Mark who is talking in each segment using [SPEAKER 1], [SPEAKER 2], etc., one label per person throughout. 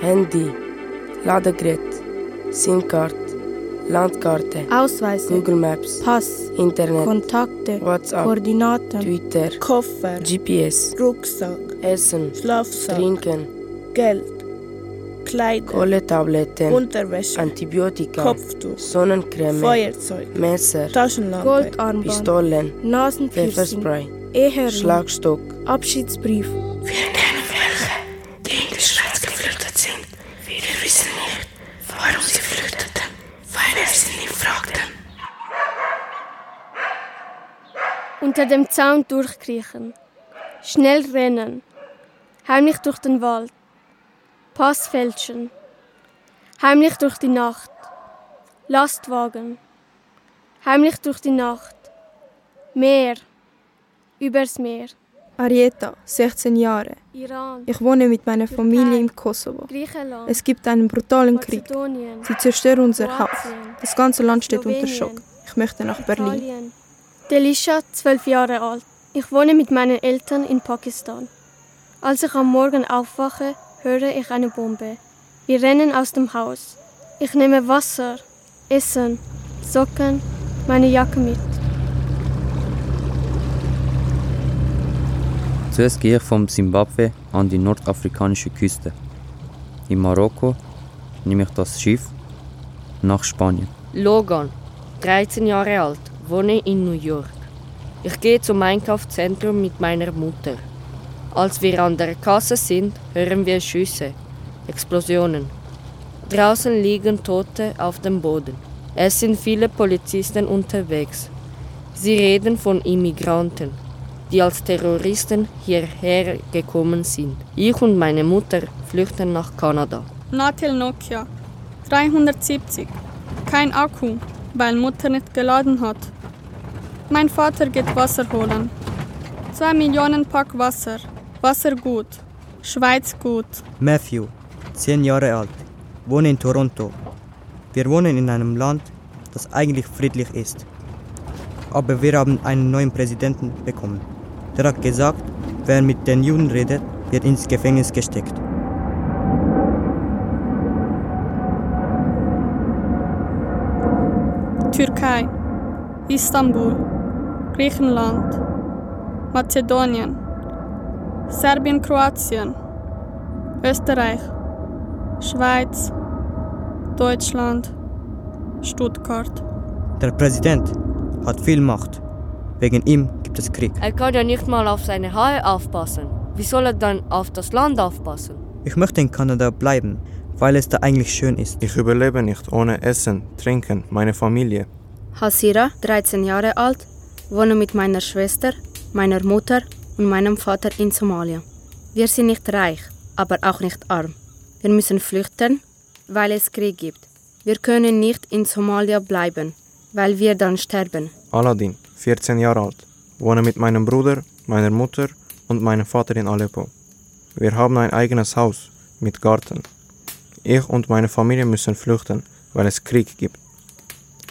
[SPEAKER 1] Handy, Ladegerät, SIM-Karte, Landkarte,
[SPEAKER 2] Ausweise,
[SPEAKER 1] Google Maps,
[SPEAKER 2] Pass,
[SPEAKER 1] Internet,
[SPEAKER 2] Kontakte,
[SPEAKER 1] WhatsApp,
[SPEAKER 2] Koordinaten,
[SPEAKER 1] Twitter,
[SPEAKER 3] Koffer,
[SPEAKER 1] GPS,
[SPEAKER 3] Rucksack,
[SPEAKER 1] Essen,
[SPEAKER 3] Schlafsack,
[SPEAKER 1] Trinken,
[SPEAKER 3] Geld, Kleider,
[SPEAKER 1] Kohletabletten,
[SPEAKER 3] Unterwäsche,
[SPEAKER 1] Antibiotika,
[SPEAKER 3] Kopftuch,
[SPEAKER 1] Sonnencreme,
[SPEAKER 3] Feuerzeug,
[SPEAKER 1] Messer,
[SPEAKER 3] Taschenlampe,
[SPEAKER 2] Goldarmband,
[SPEAKER 1] Pistolen,
[SPEAKER 2] Nasenpiercing,
[SPEAKER 1] Pfefferspray,
[SPEAKER 2] Ehering,
[SPEAKER 1] Schlagstock.
[SPEAKER 2] Abschiedsbrief.
[SPEAKER 4] unter dem Zaun durchkriechen, schnell rennen, heimlich durch den Wald, Pass fälschen, heimlich durch die Nacht, Lastwagen, heimlich durch die Nacht, Meer, übers Meer,
[SPEAKER 5] Arieta, 16 Jahre.
[SPEAKER 4] Iran,
[SPEAKER 5] Ich wohne mit meiner Familie im Kosovo.
[SPEAKER 4] Griechenland,
[SPEAKER 5] Es gibt einen brutalen Krieg.
[SPEAKER 4] Mazedonien,
[SPEAKER 5] Sie zerstören unser Haus.
[SPEAKER 4] Kroatien,
[SPEAKER 5] Das ganze Land steht unter
[SPEAKER 4] Slowenien,
[SPEAKER 5] Schock. Ich möchte nach Berlin.
[SPEAKER 4] Italien. Delisha, zwölf Jahre alt. Ich wohne mit meinen Eltern in Pakistan. Als ich am Morgen aufwache, höre ich eine Bombe. Wir rennen aus dem Haus. Ich nehme Wasser, Essen, Socken, meine Jacke mit.
[SPEAKER 6] Zuerst gehe ich von Simbabwe an die nordafrikanische Küste. In Marokko nehme ich das Schiff nach Spanien.
[SPEAKER 7] Logan, 13 Jahre alt, wohne in New York. Ich gehe zum Einkaufszentrum mit meiner Mutter. Als wir an der Kasse sind, hören wir Schüsse, Explosionen. Draußen liegen Tote auf dem Boden. Es sind viele Polizisten unterwegs. Sie reden von Immigranten, die als Terroristen hierher gekommen sind. Ich und meine Mutter flüchten nach Kanada.
[SPEAKER 8] Natel Nokia 370. Kein Akku, weil Mutter nicht geladen hat. Mein Vater geht Wasser holen. 2 Millionen Pack Wasser. Wasser gut. Schweiz gut.
[SPEAKER 9] Matthew, 10 Jahre alt, wohne in Toronto. Wir wohnen in einem Land, das eigentlich friedlich ist. Aber wir haben einen neuen Präsidenten bekommen. Der hat gesagt, wer mit den Juden redet, wird ins Gefängnis gesteckt.
[SPEAKER 8] Türkei. Istanbul. Griechenland. Mazedonien. Serbien, Kroatien. Österreich. Schweiz. Deutschland. Stuttgart.
[SPEAKER 9] Der Präsident hat viel Macht. Wegen ihm gibt es Krieg.
[SPEAKER 7] Er kann ja nicht mal auf seine Haare aufpassen. Wie soll er dann auf das Land aufpassen?
[SPEAKER 9] Ich möchte in Kanada bleiben, weil es da eigentlich schön ist.
[SPEAKER 10] Ich überlebe nicht ohne Essen, Trinken, meine Familie.
[SPEAKER 3] Hasira, 13 Jahre alt, wohne mit meiner Schwester, meiner Mutter und meinem Vater in Somalia. Wir sind nicht reich, aber auch nicht arm. Wir müssen flüchten, weil es Krieg gibt. Wir können nicht in Somalia bleiben, weil wir dann sterben.
[SPEAKER 10] Aladdin, 14 Jahre alt, wohne mit meinem Bruder, meiner Mutter und meinem Vater in Aleppo. Wir haben ein eigenes Haus mit Garten. Ich und meine Familie müssen flüchten, weil es Krieg gibt.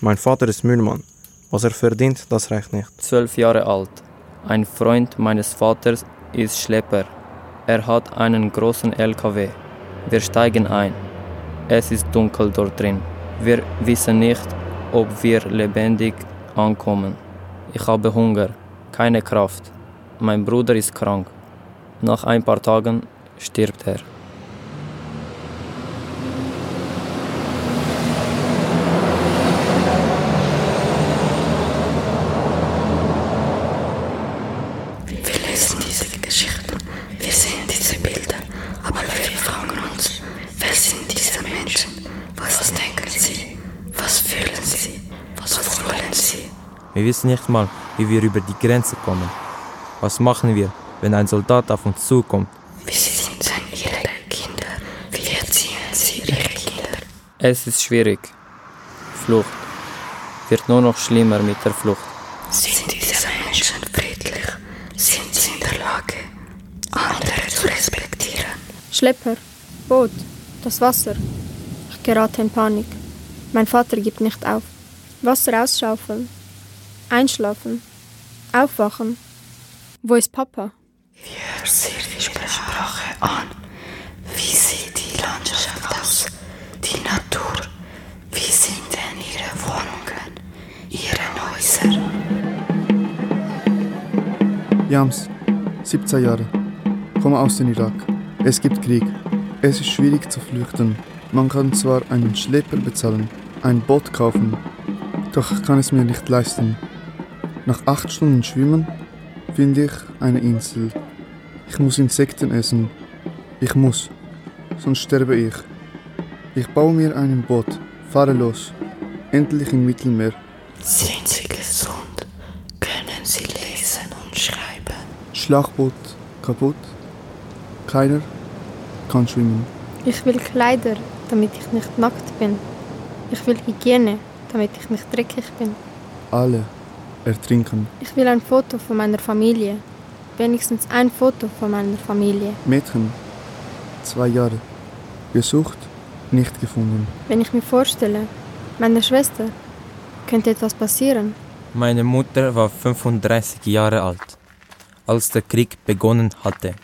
[SPEAKER 10] Mein Vater ist Müllmann. Was er verdient, das reicht nicht.
[SPEAKER 6] Zwölf Jahre alt. Ein Freund meines Vaters ist Schlepper. Er hat einen großen LKW. Wir steigen ein. Es ist dunkel dort drin. Wir wissen nicht, ob wir lebendig ankommen. Ich habe Hunger, keine Kraft. Mein Bruder ist krank. Nach ein paar Tagen stirbt er.
[SPEAKER 10] Wir wissen nicht mal, wie wir über die Grenze kommen. Was machen wir, wenn ein Soldat auf uns zukommt?
[SPEAKER 6] Es ist schwierig. Flucht wird nur noch schlimmer mit der Flucht.
[SPEAKER 5] Schlepper, Boot, das Wasser. Ich gerate in Panik. Mein Vater gibt nicht auf. Wasser ausschaufeln. Einschlafen. Aufwachen. Wo ist Papa?
[SPEAKER 11] Wir sehen ihre Sprache an. Wie sieht die Landschaft aus? Die Natur? Wie sind denn ihre Wohnungen? Ihre Häuser?
[SPEAKER 12] Jams, 17 Jahre. Komme aus dem Irak. Es gibt Krieg. Es ist schwierig zu flüchten. Man kann zwar einen Schlepper bezahlen, ein Boot kaufen, doch ich kann es mir nicht leisten. Nach acht Stunden Schwimmen finde ich eine Insel. Ich muss Insekten essen. Ich muss, sonst sterbe ich. Ich baue mir ein Boot, fahre los, endlich im Mittelmeer.
[SPEAKER 11] Sind sie gesund? Können sie lesen und schreiben?
[SPEAKER 12] Schlauchboot kaputt. Keiner kann schwimmen.
[SPEAKER 5] Ich will Kleider, damit ich nicht nackt bin. Ich will Hygiene, damit ich nicht dreckig bin.
[SPEAKER 12] Alle ertrinken.
[SPEAKER 5] Ich will ein Foto von meiner Familie. Wenigstens ein Foto von meiner Familie.
[SPEAKER 12] Mädchen, zwei Jahre. Gesucht, nicht gefunden.
[SPEAKER 5] Wenn ich mir vorstelle, meiner Schwester, könnte etwas passieren.
[SPEAKER 13] Meine Mutter war 35 Jahre alt, als der Krieg begonnen hatte.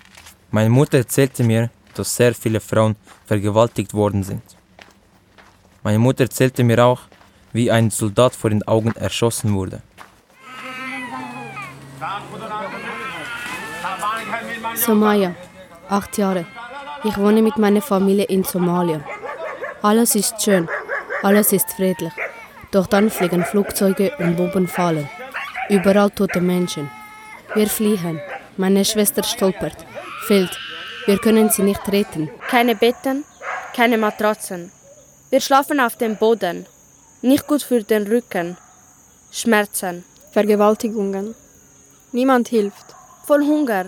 [SPEAKER 13] Meine Mutter erzählte mir, dass sehr viele Frauen vergewaltigt worden sind. Meine Mutter erzählte mir auch, wie ein Soldat vor den Augen erschossen wurde.
[SPEAKER 3] Somalia, acht Jahre. Ich wohne mit meiner Familie in Somalia. Alles ist schön, alles ist friedlich. Doch dann fliegen Flugzeuge und Bomben fallen. Überall tote Menschen. Wir fliehen. Meine Schwester stolpert, fällt. Wir können sie nicht retten.
[SPEAKER 14] Keine Betten, keine Matratzen. Wir schlafen auf dem Boden. Nicht gut für den Rücken. Schmerzen.
[SPEAKER 5] Vergewaltigungen. Niemand hilft.
[SPEAKER 14] Voll Hunger.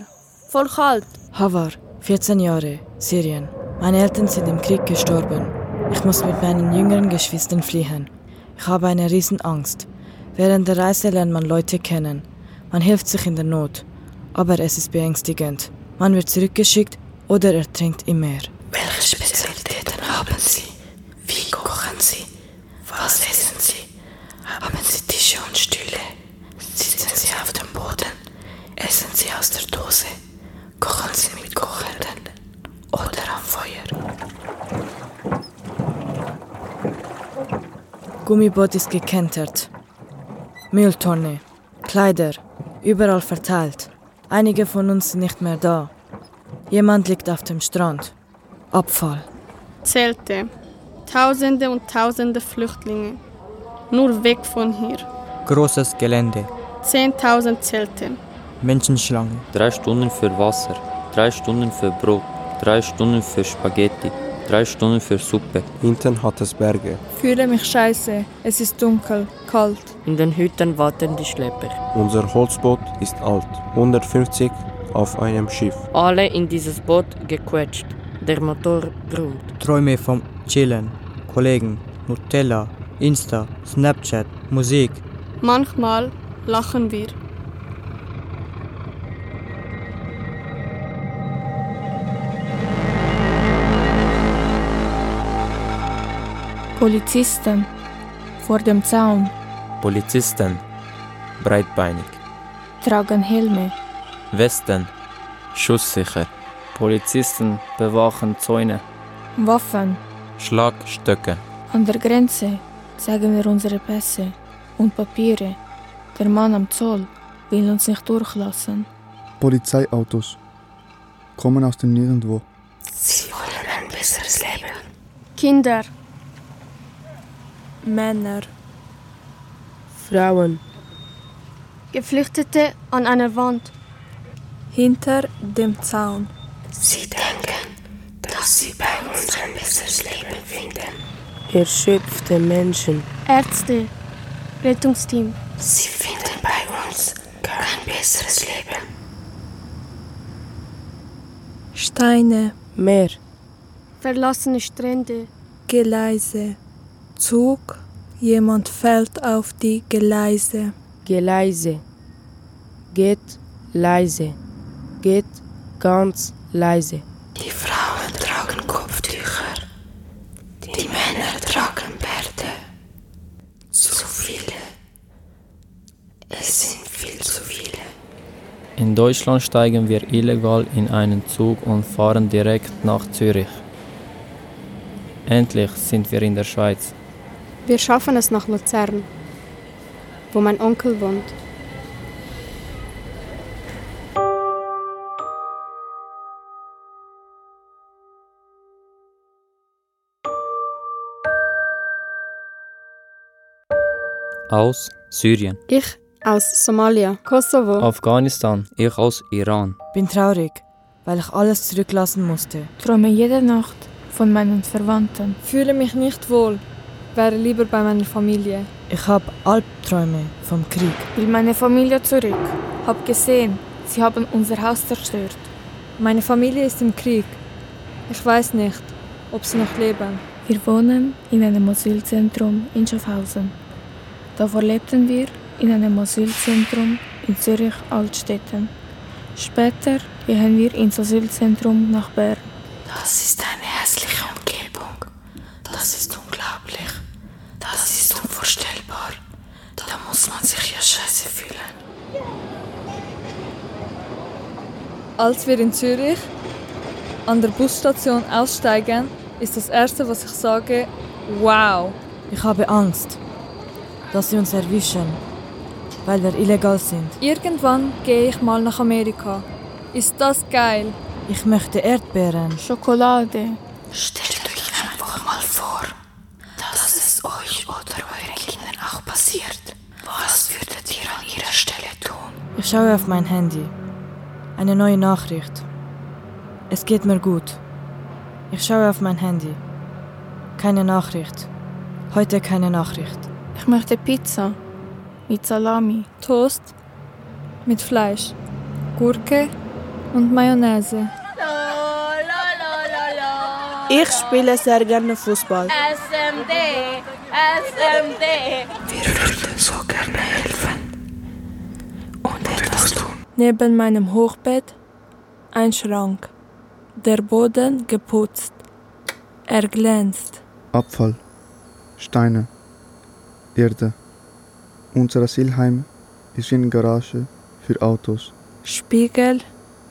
[SPEAKER 14] Voll kalt.
[SPEAKER 15] Havar, 14 Jahre, Syrien. Meine Eltern sind im Krieg gestorben. Ich muss mit meinen jüngeren Geschwistern fliehen. Ich habe eine Riesenangst. Während der Reise lernt man Leute kennen. Man hilft sich in der Not. Aber es ist beängstigend. Man wird zurückgeschickt oder ertrinkt im Meer.
[SPEAKER 11] Welche Spezialitäten haben sie? Wie kochen sie? Was essen sie? Haben sie Tische und Stühle? Sitzen sie auf dem Boden? Essen sie aus der Dose? Kochen sie mit Kochenden oder am Feuer?
[SPEAKER 15] Gummiboot ist gekentert. Mülltonne, Kleider, überall verteilt. Einige von uns sind nicht mehr da. Jemand liegt auf dem Strand. Abfall.
[SPEAKER 8] Zelte. Tausende und Tausende Flüchtlinge. Nur weg von hier.
[SPEAKER 9] Großes Gelände.
[SPEAKER 8] 10.000 Zelte.
[SPEAKER 9] Menschenschlangen.
[SPEAKER 16] Drei Stunden für Wasser, drei Stunden für Brot, drei Stunden für Spaghetti, drei Stunden für Suppe.
[SPEAKER 10] Hinten hat es Berge.
[SPEAKER 5] Fühle mich scheiße. Es ist dunkel, kalt.
[SPEAKER 7] In den Hütten warten die Schlepper.
[SPEAKER 10] Unser Holzboot ist alt. 150 auf einem Schiff.
[SPEAKER 7] Alle in dieses Boot gequetscht. Der Motor brummt.
[SPEAKER 9] Träume vom Chillen, Kollegen, Nutella, Insta, Snapchat, Musik.
[SPEAKER 8] Manchmal lachen wir.
[SPEAKER 2] Polizisten. Vor dem Zaun
[SPEAKER 13] Polizisten, breitbeinig.
[SPEAKER 2] tragen Helme.
[SPEAKER 13] Westen, schusssicher.
[SPEAKER 6] Polizisten bewachen Zäune.
[SPEAKER 2] Waffen.
[SPEAKER 13] Schlagstöcke.
[SPEAKER 2] An der Grenze zeigen wir unsere Pässe und Papiere. Der Mann am Zoll will uns nicht durchlassen.
[SPEAKER 12] Polizeiautos kommen aus dem Nirgendwo.
[SPEAKER 11] Sie wollen ein besseres Leben.
[SPEAKER 4] Kinder,
[SPEAKER 2] Männer.
[SPEAKER 1] Frauen.
[SPEAKER 4] Geflüchtete an einer Wand.
[SPEAKER 2] Hinter dem Zaun.
[SPEAKER 11] Sie denken, dass sie bei uns ein besseres Leben finden.
[SPEAKER 1] Erschöpfte Menschen.
[SPEAKER 4] Ärzte, Rettungsteam.
[SPEAKER 11] Sie finden bei uns kein besseres Leben.
[SPEAKER 2] Steine.
[SPEAKER 1] Meer.
[SPEAKER 4] Verlassene Strände.
[SPEAKER 2] Geleise. Zug. Jemand fällt auf die Geleise.
[SPEAKER 1] Geleise. Geht leise. Geht ganz leise.
[SPEAKER 11] Die Frauen tragen Kopftücher. Die Männer tragen Bärte. Zu viele. Es sind viel zu viele.
[SPEAKER 6] In Deutschland steigen wir illegal in einen Zug und fahren direkt nach Zürich. Endlich sind wir in der Schweiz.
[SPEAKER 5] Wir schaffen es nach Luzern, wo mein Onkel wohnt.
[SPEAKER 16] Aus Syrien.
[SPEAKER 5] Ich aus Somalia, Kosovo.
[SPEAKER 6] Afghanistan.
[SPEAKER 16] Ich aus Iran.
[SPEAKER 15] Bin traurig, weil ich alles zurücklassen musste.
[SPEAKER 2] Träume jede Nacht von meinen Verwandten.
[SPEAKER 5] Fühle mich nicht wohl, wäre lieber bei meiner Familie.
[SPEAKER 15] Ich habe Albträume vom Krieg.
[SPEAKER 2] Will meine Familie zurück. Hab gesehen, sie haben unser Haus zerstört.
[SPEAKER 17] Meine Familie ist im Krieg. Ich weiß nicht, ob sie noch leben.
[SPEAKER 2] Wir wohnen in einem Asylzentrum in Schaffhausen. Davor lebten wir in einem Asylzentrum in Zürich-Altstetten. Später gehen wir ins Asylzentrum nach Bern.
[SPEAKER 11] Das ist eine hässliche Umgebung. Das ist unglaublich. Das ist unvorstellbar. Da muss man sich ja scheiße fühlen.
[SPEAKER 17] Als wir in Zürich an der Busstation aussteigen, ist das Erste, was ich sage, wow.
[SPEAKER 15] Ich habe Angst, dass sie uns erwischen, weil wir illegal sind.
[SPEAKER 17] Irgendwann gehe ich mal nach Amerika. Ist das geil?
[SPEAKER 15] Ich möchte Erdbeeren.
[SPEAKER 2] Schokolade.
[SPEAKER 11] Stellt euch einfach mal vor, dass es euch oder euren Kindern auch passiert. Was würdet ihr an ihrer Stelle tun?
[SPEAKER 15] Ich schaue auf mein Handy. Eine neue Nachricht. Es geht mir gut. Ich schaue auf mein Handy. Keine Nachricht. Heute keine Nachricht.
[SPEAKER 2] Ich möchte Pizza mit Salami,
[SPEAKER 17] Toast mit Fleisch, Gurke und Mayonnaise.
[SPEAKER 18] Ich spiele sehr gerne Fußball.
[SPEAKER 19] SMD, SMD.
[SPEAKER 11] Wir würden so gerne helfen und etwas tun.
[SPEAKER 18] Neben meinem Hochbett ein Schrank. Der Boden geputzt. Er glänzt.
[SPEAKER 12] Abfall, Steine, Erde. Unser Asylheim ist eine Garage für Autos.
[SPEAKER 18] Spiegel,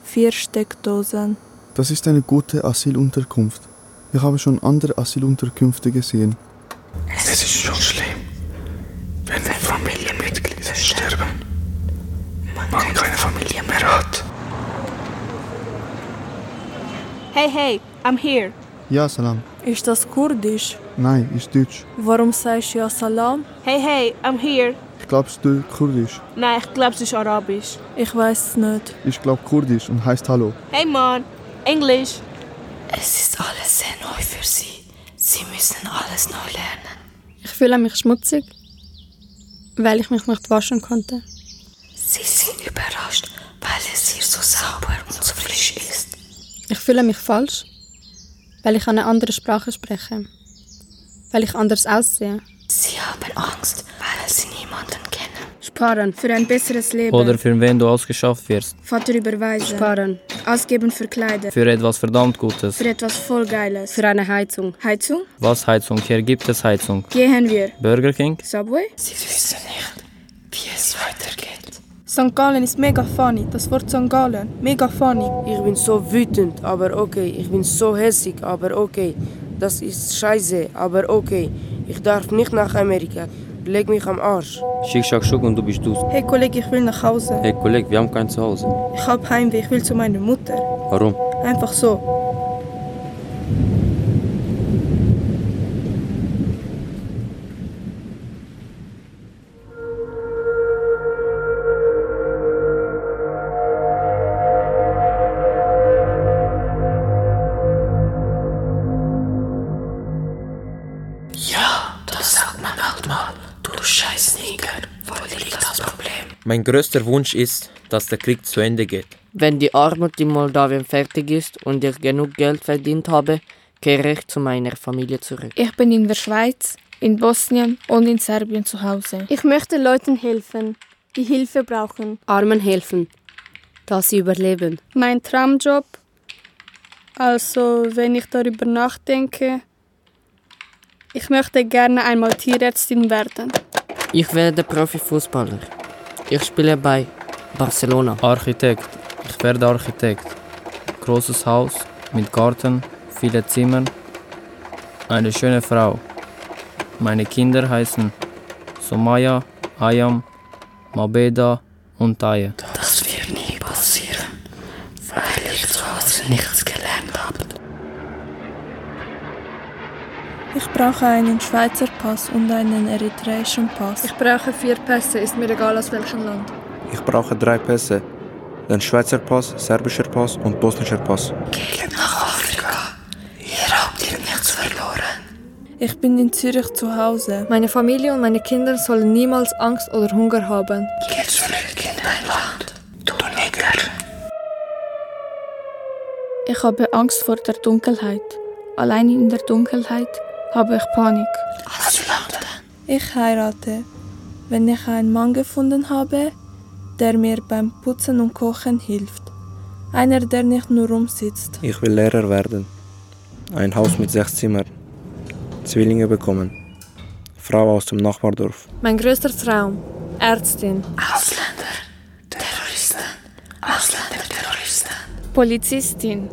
[SPEAKER 18] vier Steckdosen.
[SPEAKER 12] Das ist eine gute Asylunterkunft. Ich habe schon andere Asylunterkünfte gesehen.
[SPEAKER 11] Es ist schon schlimm, wenn Familienmitglieder sterben. Man keine Familie mehr hat.
[SPEAKER 19] Hey, hey, I'm here.
[SPEAKER 12] Ja, Salam.
[SPEAKER 18] Ist das Kurdisch?
[SPEAKER 12] Nein, ist Deutsch.
[SPEAKER 18] Warum sagst du ja Salam?
[SPEAKER 19] Hey, hey, I'm here.
[SPEAKER 12] Glaubst du Kurdisch?
[SPEAKER 19] Nein, ich glaube, es ist Arabisch.
[SPEAKER 18] Ich weiß es nicht.
[SPEAKER 12] Ich glaube Kurdisch und heißt Hallo.
[SPEAKER 19] Hey, Mann, Englisch.
[SPEAKER 11] Es ist alles sehr neu für sie. Sie müssen alles neu lernen.
[SPEAKER 5] Ich fühle mich schmutzig, weil ich mich nicht waschen konnte.
[SPEAKER 11] Sie sind überrascht, weil es hier so sauber und so frisch ist.
[SPEAKER 5] Ich fühle mich falsch, weil ich eine andere Sprache spreche, weil ich anders aussehe.
[SPEAKER 11] Sie haben Angst, weil sie niemanden kennen.
[SPEAKER 20] Sparen für ein besseres Leben.
[SPEAKER 6] Oder für wen du ausgeschafft wirst.
[SPEAKER 20] Vater überweisen.
[SPEAKER 3] Sparen.
[SPEAKER 20] Ausgeben für Kleider.
[SPEAKER 6] Für etwas verdammt Gutes.
[SPEAKER 20] Für etwas voll Geiles.
[SPEAKER 3] Für eine Heizung.
[SPEAKER 20] Heizung?
[SPEAKER 6] Was Heizung? Hier gibt es Heizung.
[SPEAKER 20] Gehen wir.
[SPEAKER 6] Burger King?
[SPEAKER 20] Subway?
[SPEAKER 11] Sie wissen nicht, wie es weitergeht.
[SPEAKER 17] St. Gallen ist mega funny. Das Wort St. Gallen. Mega funny.
[SPEAKER 1] Ich bin so wütend, aber okay. Ich bin so hässig, aber okay. Das ist scheiße, aber okay. Ich darf nicht nach Amerika. Leg mich am Arsch.
[SPEAKER 16] Schick, schack, schuck und du bist du.
[SPEAKER 17] Hey Kollege, ich will nach Hause.
[SPEAKER 16] Hey Kollege, wir haben kein Zuhause.
[SPEAKER 17] Ich hab Heimweh, ich will zu meiner Mutter.
[SPEAKER 16] Warum?
[SPEAKER 17] Einfach so.
[SPEAKER 13] Mein größter Wunsch ist, dass der Krieg zu Ende geht.
[SPEAKER 7] Wenn die Armut in Moldawien fertig ist und ich genug Geld verdient habe, kehre ich zu meiner Familie zurück.
[SPEAKER 2] Ich bin in der Schweiz, in Bosnien und in Serbien zu Hause.
[SPEAKER 4] Ich möchte Leuten helfen, die Hilfe brauchen.
[SPEAKER 3] Armen helfen, dass sie überleben.
[SPEAKER 8] Mein Traumjob, also wenn ich darüber nachdenke, ich möchte gerne einmal Tierärztin werden.
[SPEAKER 7] Ich werde Profifußballer. Ich spiele bei Barcelona.
[SPEAKER 6] Architekt. Ich werde Architekt. Großes Haus mit Garten, viele Zimmer, eine schöne Frau. Meine Kinder heißen Somaya, Ayam, Mabeda und Taye.
[SPEAKER 11] Das wird nie passieren, weil ich zu Hause nichts gelernt habe.
[SPEAKER 2] Ich brauche einen Schweizer Pass und einen eritreischen Pass.
[SPEAKER 5] Ich brauche vier Pässe, ist mir egal aus welchem Land.
[SPEAKER 10] Ich brauche drei Pässe. Den Schweizer Pass, serbischer Pass und bosnischer Pass.
[SPEAKER 11] Geht nach Afrika. Hier habt ihr nichts verloren.
[SPEAKER 2] Ich bin in Zürich zu Hause.
[SPEAKER 21] Meine Familie und meine Kinder sollen niemals Angst oder Hunger haben.
[SPEAKER 11] Geht zurück in dein Land, du Neger.
[SPEAKER 22] Ich habe Angst vor der Dunkelheit. Allein in der Dunkelheit habe ich Panik.
[SPEAKER 2] Ich heirate, wenn ich einen Mann gefunden habe, der mir beim Putzen und Kochen hilft. Einer, der nicht nur rumsitzt.
[SPEAKER 10] Ich will Lehrer werden. Ein Haus mit sechs Zimmern. Zwillinge bekommen. Frau aus dem Nachbardorf.
[SPEAKER 21] Mein größter Traum, Ärztin.
[SPEAKER 11] Ausländer, Terroristen, Ausländer-Terroristen.
[SPEAKER 2] Polizistin.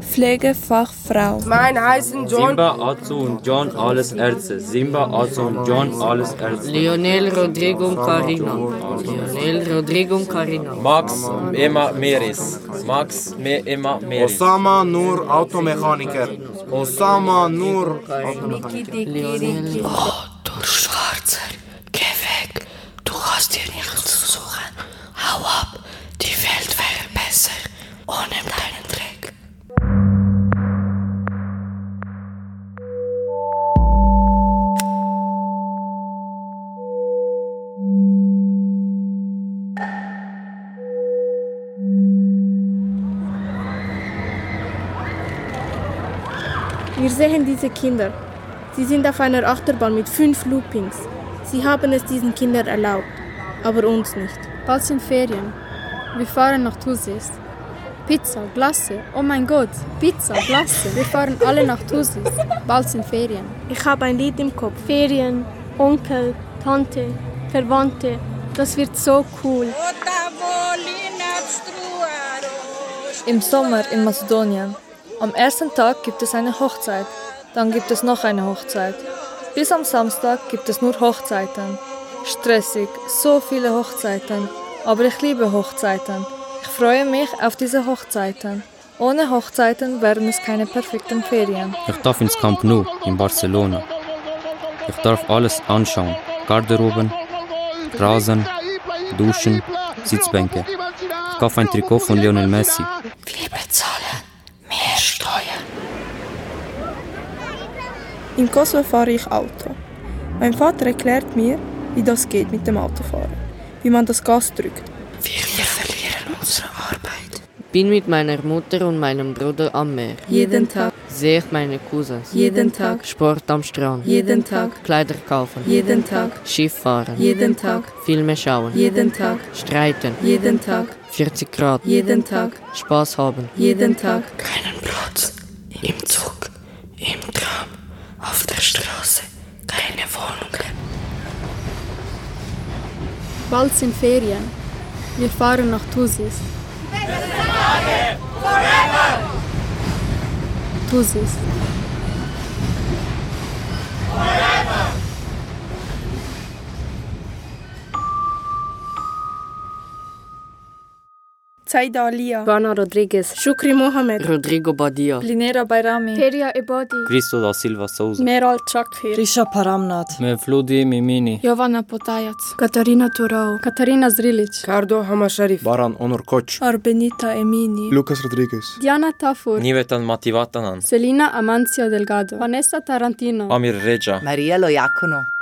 [SPEAKER 2] Pflegefachfrau.
[SPEAKER 23] Mein heißen John.
[SPEAKER 16] Simba, Azu und John, alles Ärzte. Simba, Azu und John, alles Ärzte.
[SPEAKER 7] Lionel Rodrigo und Carina. Lionel Rodrigo und Carina.
[SPEAKER 13] Max, immer Meris. Max, me immer Meris.
[SPEAKER 24] Osama Nur Automechaniker. Osama Nur
[SPEAKER 11] Oh, du Schwarzer, geh weg. Du hast hier nichts zu suchen. Hau ab, die Welt wäre besser ohne deinen Dreck.
[SPEAKER 4] Wir sehen diese Kinder. Sie sind auf einer Achterbahn mit fünf Loopings. Sie haben es diesen Kindern erlaubt, aber uns nicht.
[SPEAKER 5] Bald sind Ferien. Wir fahren nach Thusis. Pizza, Glasse. Oh mein Gott, Pizza, Glasse. Wir fahren alle nach Thusis. Bald sind Ferien.
[SPEAKER 4] Ich habe ein Lied im Kopf. Ferien, Onkel, Tante, Verwandte. Das wird so cool.
[SPEAKER 1] Im Sommer in Mazedonien. Am ersten Tag gibt es eine Hochzeit, dann gibt es noch eine Hochzeit. Bis am Samstag gibt es nur Hochzeiten. Stressig, so viele Hochzeiten. Aber ich liebe Hochzeiten. Ich freue mich auf diese Hochzeiten. Ohne Hochzeiten wären es keine perfekten Ferien.
[SPEAKER 16] Ich darf ins Camp Nou in Barcelona. Ich darf alles anschauen. Garderoben, Rasen, Duschen, Sitzbänke. Ich kaufe ein Trikot von Lionel Messi.
[SPEAKER 11] Wir bezahlen mehr Steuern.
[SPEAKER 3] In Kosovo fahre ich Auto. Mein Vater erklärt mir, wie das geht mit dem Autofahren, wie man das Gas drückt.
[SPEAKER 11] Wir verlieren unsere Arbeit.
[SPEAKER 7] Bin mit meiner Mutter und meinem Bruder am Meer.
[SPEAKER 3] Jeden Tag.
[SPEAKER 7] Sehe ich meine Cousins.
[SPEAKER 3] Jeden Tag.
[SPEAKER 7] Sport am Strand.
[SPEAKER 3] Jeden Tag.
[SPEAKER 7] Kleider kaufen.
[SPEAKER 3] Jeden Tag.
[SPEAKER 7] Schiff fahren.
[SPEAKER 3] Jeden Tag.
[SPEAKER 7] Filme schauen.
[SPEAKER 3] Jeden Tag.
[SPEAKER 7] Streiten.
[SPEAKER 3] Jeden Tag.
[SPEAKER 7] 40 Grad.
[SPEAKER 3] Jeden Tag.
[SPEAKER 7] Spaß haben.
[SPEAKER 3] Jeden Tag.
[SPEAKER 11] Keinen Platz. Im Zug, im Tram, auf der Straße. Keine Wohnungen.
[SPEAKER 5] Bald sind Ferien. Wir fahren nach Thusis. Thusis.
[SPEAKER 3] Zaida Alia.
[SPEAKER 25] Bana Rodriguez.
[SPEAKER 26] Shukri Mohammed.
[SPEAKER 7] Rodrigo Badia.
[SPEAKER 3] Linera Bayrami.
[SPEAKER 26] Teria Ebadi.
[SPEAKER 6] Cristo da Silva Souza.
[SPEAKER 26] Meral Chakfir.
[SPEAKER 27] Risha Paramnath.
[SPEAKER 6] Mevludi Mimini.
[SPEAKER 22] Jovana Potajac.
[SPEAKER 26] Katarina Turau.
[SPEAKER 23] Katarina Zrilic. Kardo Hamasharif.
[SPEAKER 10] Baran Onur Koç.
[SPEAKER 2] Arbenita Emini.
[SPEAKER 10] Lucas Rodriguez.
[SPEAKER 5] Diana Tafur.
[SPEAKER 13] Nivetan Mativatanan.
[SPEAKER 5] Selina Amancio Delgado. Vanessa Tarantino.
[SPEAKER 13] Amir Reja.
[SPEAKER 28] Maria Loiacono.